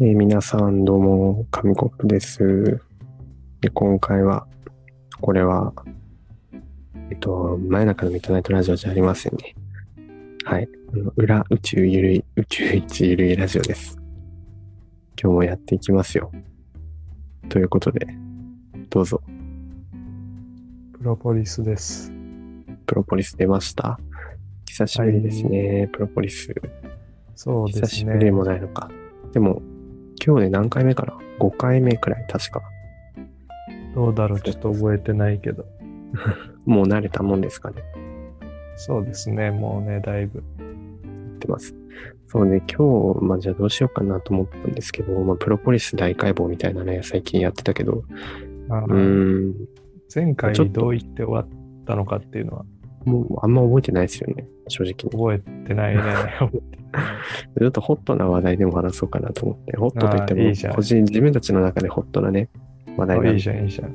えー皆さんどうも、紙コップです。で今回は、これは、えっと、真夜中のミッドナイトラジオじゃありませんね。はい。あの裏宇宙ゆるい、宇宙一ゆるいラジオです。今日もやっていきますよ。ということで、どうぞ、プロポリスです。プロポリス出ました。久しぶりですね、プロポリス。そうで久すしね。ぶりもないのか。でも、今日で何回目かな ?5 回目くらい、確か。どうだろう、ちょっと覚えてないけど。もう慣れたもんですかね。そうですね、もうね、だいぶ。やってます。そうね、今日、まあ、じゃあどうしようかなと思ったんですけど、まあ、プロポリス大解剖みたいなね、最近やってたけど、あーうーん、前回ちょっとどう言って終わったのかっていうのはもうあんま覚えてないですよね、正直に。覚え てないね。ちょっとホットな話題でも話そうかなと思って、ホットといってあーいいじゃも、ん個人、自分たちの中でホットなね、話題あなんいいでじゃん、いいじゃん。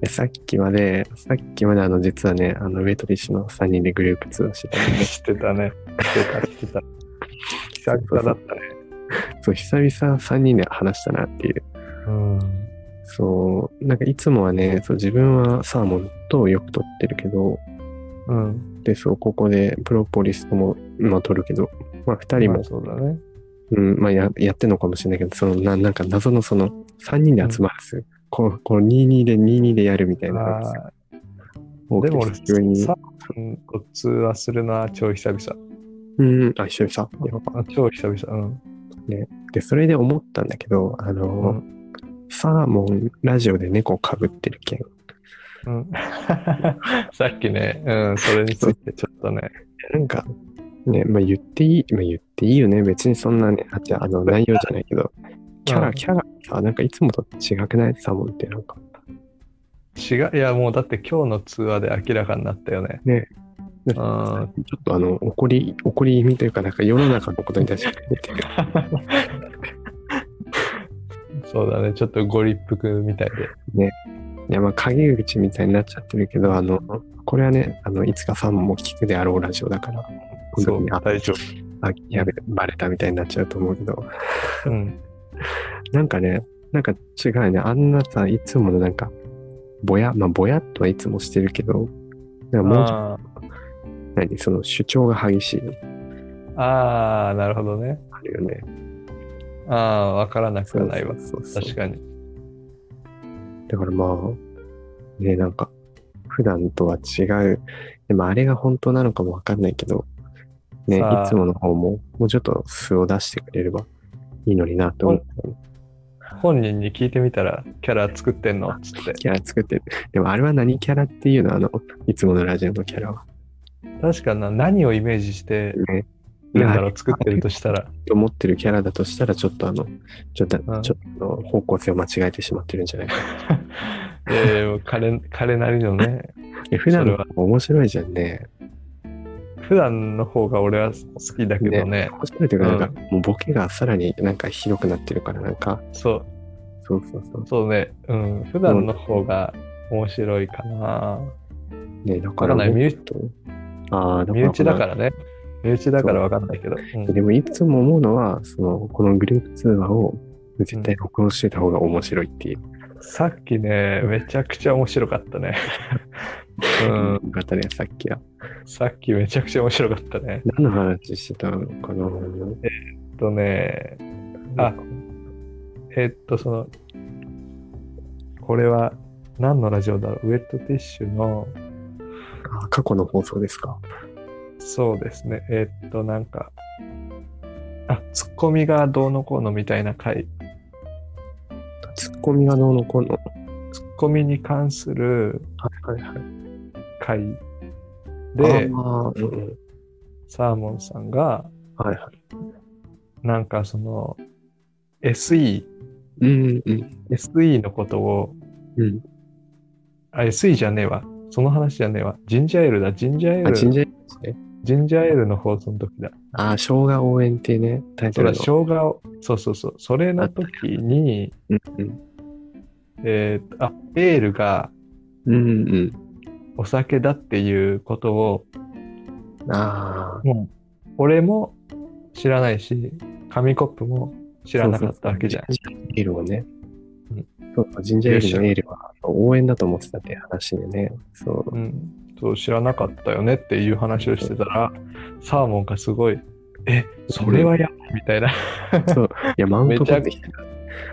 でさっきまで、さっきまであの、実はね、あの、ウェイトリッシュの3人でグループ通話してたんで、知ってたね。知ってた、知ってた。 久々だったね。そう、久々3人で話したなっていううん。そう、なんかいつもはね、そう自分はサーモンとよく取ってるけど、うん。で、そう、ここでプロポリスとも、まあ、取るけど、まあ、2人まもあ、そうだね。うん、まあや、やってんのかもしれないけど、その、ななんか謎のその、3人で集まるんですよ。こう、こう、22で22でやるみたいなあやつ。あ多ー、くでても俺、急にサ、ーモンと通話するのは超久々。うん、あ、一緒にさ、やっぱあ超久々。うん。で、それで思ったんだけど、あうの、ん。サーモン、ラジオで猫かぶってるけん。 うん、さっきね、うん、それについてちょっとね、なんか、ね、まあ、言っていい、まあ、言っていいよね。別にそんなね、あ、じゃあ、あの、内容じゃないけど、キャうラ、んキャラさ、なんかいつもと違くないサーモンって、なんか。違ういやもうだって今日の通話で明らかになったよね。ねうちん。ょっとあの、怒り、怒り意味というか、なんか世の中のことに対して出てる。 そうだね、ちょっとご立腹みたいで。いや、まあ、陰口みたいになっちゃってるけど、あの、これはね、あの、いつかさんも聞くであろうラジオだから、本当そうに、、あ、大丈あやべ、バレたみたいになっちゃうと思うけど、夫。うん。なんかね、なんか違うね。あんなさ、いつものなんか、ぼや、まあ、ぼやっとはいつもしてるけど、なんかもうちょっあと何、その主張が激しい、ーあー、なるほどね。あるよね。ああ、わからなくはないわ。そうそう確かに。だからまあ、ね、なんか、普段とは違う。でもあれが本当なのかもわかんないけど、ね、いさあつもの方も、もうちょっと素を出してくれればいいのになと思って、本人に聞いてみたら、キャラ作ってんのっつって。キャラ作って、でもあれは何キャラっていうのあの、いつものラジオのキャラは。確かな、何をイメージしてね。るんだろう、作ってるとしたら。と思ってるキャラだとしたら、ちょっとあの、ちょっと、うんちょっと方向性を間違えてしまってるんじゃないかな。ええ、彼、彼なりのね、え普段それのは面白いじゃんね。普段の方が俺は好きだけどね面白いというか、なんか、うもうボケがさらになんか広くなってるから、なんか、そう、そうそうそう。そうね、うん、普段の方が面白いかな。ね、だからわかんないもう身内ちょっとああ、だか身ら。内だからね。身内だからわかんないけど。うんでも、いつも思うのは、その、このグループ通話を絶対録音してた方が面白いっていう。さっきね、めちゃくちゃ面白かったね。うん、言い方ね、さっきは。さっきめちゃくちゃ面白かったね。何の話してたのかなえっとね、あ、えっと、その、これは何のラジオだろうウェットティッシュの、あ過去の放送ですか。そうですね、えっと、なんか、あ、ツッコミがどうのこうのみたいな回、ツッコミがどうのこうの。ツッコミに関するはいはいはい。回で、で、あーうんうんサーモンさんが、はいはい。なんかその SE、うんうん。 SE のことを、うん、あ、SE じゃねえわ。その話じゃねえわ。ジンジャーエールだ。ジンジャーエーあ、ル。ジジンジンャーエールですね。ジャーエールの放送の時だ。あー、生姜応援っていうね、タイトそうルの。だ、生姜を。そうそうそう。それの時に、うんうんえーとあ、エールがうんお酒だっていうことを、うん。ああ、もう、俺も知らないし、紙コップも知らなかったわけじゃん。そうそうそうジンジャーエールをねうん。そうそう、ジンジャーエールのエールは応援だと思ってたって話でね。そう。うん、そう知らなかったよねっていう話をしてたら、サーモンがすごい、え、それはやばいみ たいな。そう。い や、マウントめちゃ取ってきた。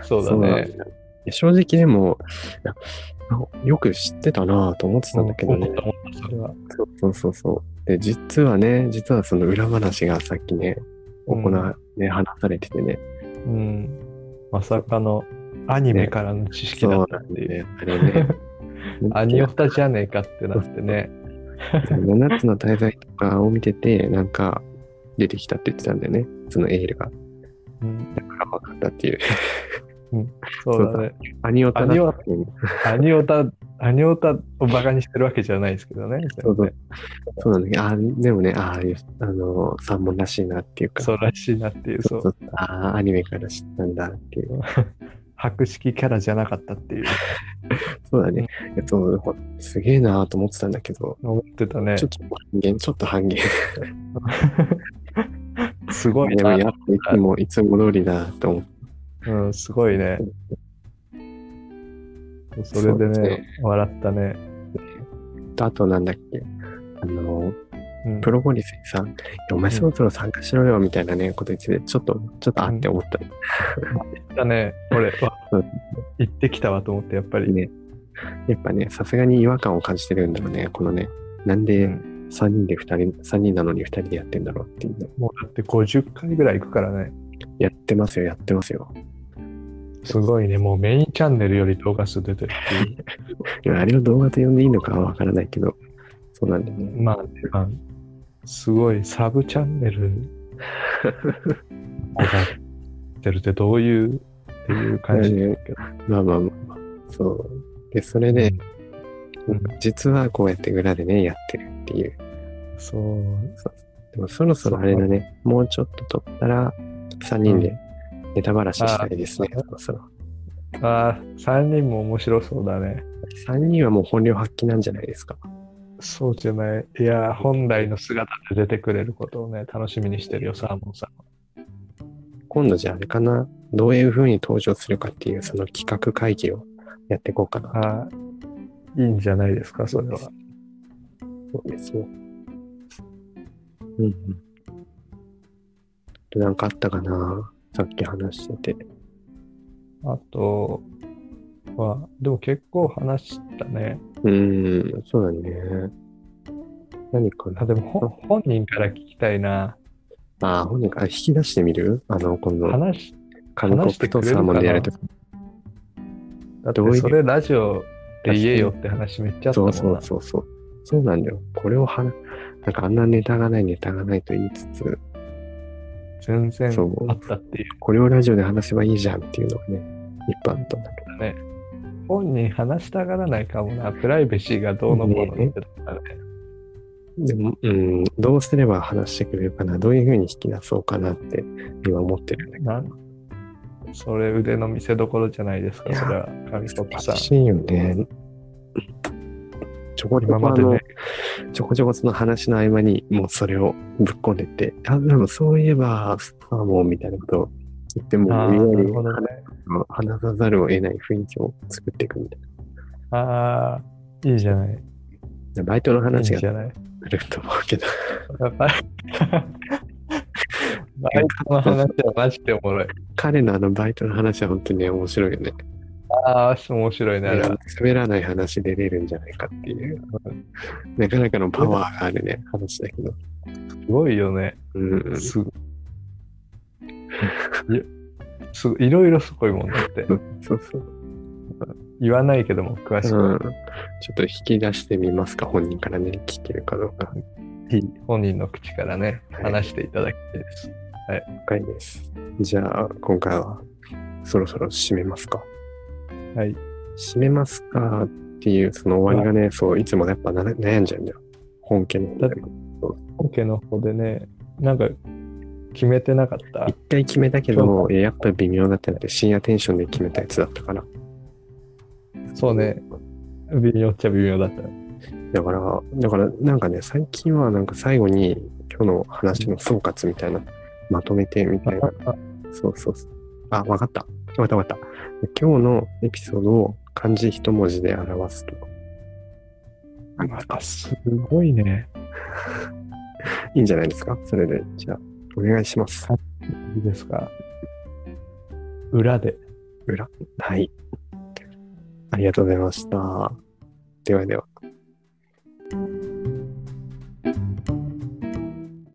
そうだなんねだ。よいや正直でも、いやなよく知ってたなぁと思ってたんだけどね。思った思った、それは。そうそうそうそう。で、実はね、実はその裏話がさっきね、行わ、ね、話されててね。うん。まさかのアニメからの知識だそうったなっんてでいう。。ね。あれね アニオタじゃねえかってなってね。 7つの大罪とかを見てて、なんか出てきたって言ってたんだよね。そのエールが。うん、だから分かったっていう。そうだね。アニオタだアニオっていうアニオタ、アニオタをバカにしてるわけじゃないですけどね。そうそう。そうなんだけど、あーでもね、ああ、よあの、三問らしいなっていうか。そうらしいなっていう、そそうう。そうああ、アニメから知ったんだっていう。白色キャラじゃなかったっていう、そうだね。いやそうほんすげえなーと思ってたんだけど、思ってたねちょ。っと半減、ちょっと半減。すごいでもな。やっぱいつも、いつも通りだと思って。うん、すごいね。それでそうですね、笑ったね。あとなんだっけ。あの、うんプロゴリスにさ、いやお前そろそろ参加しろよみたいなね、こと言ってて、ちょっと、ちょっとあって思った。だね、 俺、うわ行ってきたわと思って、やっぱり。ね、やっぱね、さすがに違和感を感じてるんだろうね、このね。なんうでん3人で2人、三人なのに2人でやってんだろうっていうの。もうだって50回ぐらい行くからね。やってますよ、やってますよ。すごいね、もうメインチャンネルより動画数出てるっていう。いやあれを動画と呼んでいいのかはわからないけど、そうなんだよね。まあ、ね、まあ、すごいサブチャンネ ル上がってるってどういうっていう感じえーまあまあまあまあ、そう。で、それで、うん実はこうやって裏でね、やってるっていう。そうでもそろそろあれだね、もうちょっと撮ったら、3人でネタばらししたいですね、あーそろそろ。あ3人も面白そうだね3人はもう本領発揮なんじゃないですか。そうじゃないいや本来の姿で出てくれることをね楽しみにしてるよサーモンさんは今度じゃああれかな、どういう風に登場するかっていう、その企画会議をやっていこうかな。あいいんじゃないですかそれはそうですね。うんうん。なんかあったかなさっき話してて。あとはでも結構話したねうーん、そうだね。何かなあでもほ本人から聞きたいなああ、本人から引き出してみるあの、今度、話し紙コップとサーモンでやるとき。だってどういうそれラジオで言えよって話めっちゃあったそもんうな。そうそうそう。そうなんだよ。これをは、なんかあんなネタがないネタがないと言いつつ、全然そうあったっていうこれをラジオで話せばいいじゃんっていうのがね、一般となんだけかね。本人話したがらないかもな。プライベシーがどうのこうのって言ってたからね。ど。でも、うん、どうすれば話してくれるかな、どういうふうに引き出そうかなって今思ってるんだけど。なんそれ腕の見せ所じゃないですいか、やそれは。神コップさん難。しいよね。ちょこちょ今こまあでのね、、ちょこちょこその話の合間にもうそれをぶっ込んでって、あ、でもそういえば、サーモンみたいなことを言っても、ああ、みんななるにほどね。話さざるを得ない雰囲気を作っていくみたいああ、いいじゃない。な。バイトのいい話じがゃない。あると思うけど、やっぱり。バイトの話はマジでおもろい。彼のあのバイトの話は本当に面白いよね。ああ、面白いね、あれは。滑らない話で出れるんじゃないかっていう、なかなかのパワーがあるね、話だけど。すごいよね。うん。すごい。すごいいろいろすごいもんだって。そうそう。言わないけども、詳しく、うん、ちょっと引き出してみますか、本人からね、聞けるかどうか。本人の口からね、はい話していただきたいです。深いです。じゃあ、今回はそろそろ締めますか。はい。締めますかっていう、その終わりがね、そう、いつもやっぱな悩んじゃうんだよ。本家の方でだって本家の方でね、なんか決めてなかった一。回決めたけど、いややっぱ微妙だったなって、深夜テンションで決めたやつだったから。そうね。微妙っちゃ微妙だった。だから、だからなんかね、最近はなんか最後に今日の話の総括みたいな、まとめてみたいな。そうそうそう。あ、わかった。わかったわかった。今日のエピソードを漢字一文字で表すと。あわかっすごいね。たいいんじゃないですかそれで、じゃあ、お願いします。いいですか。裏で。はい。ありがとうございました。ではでは。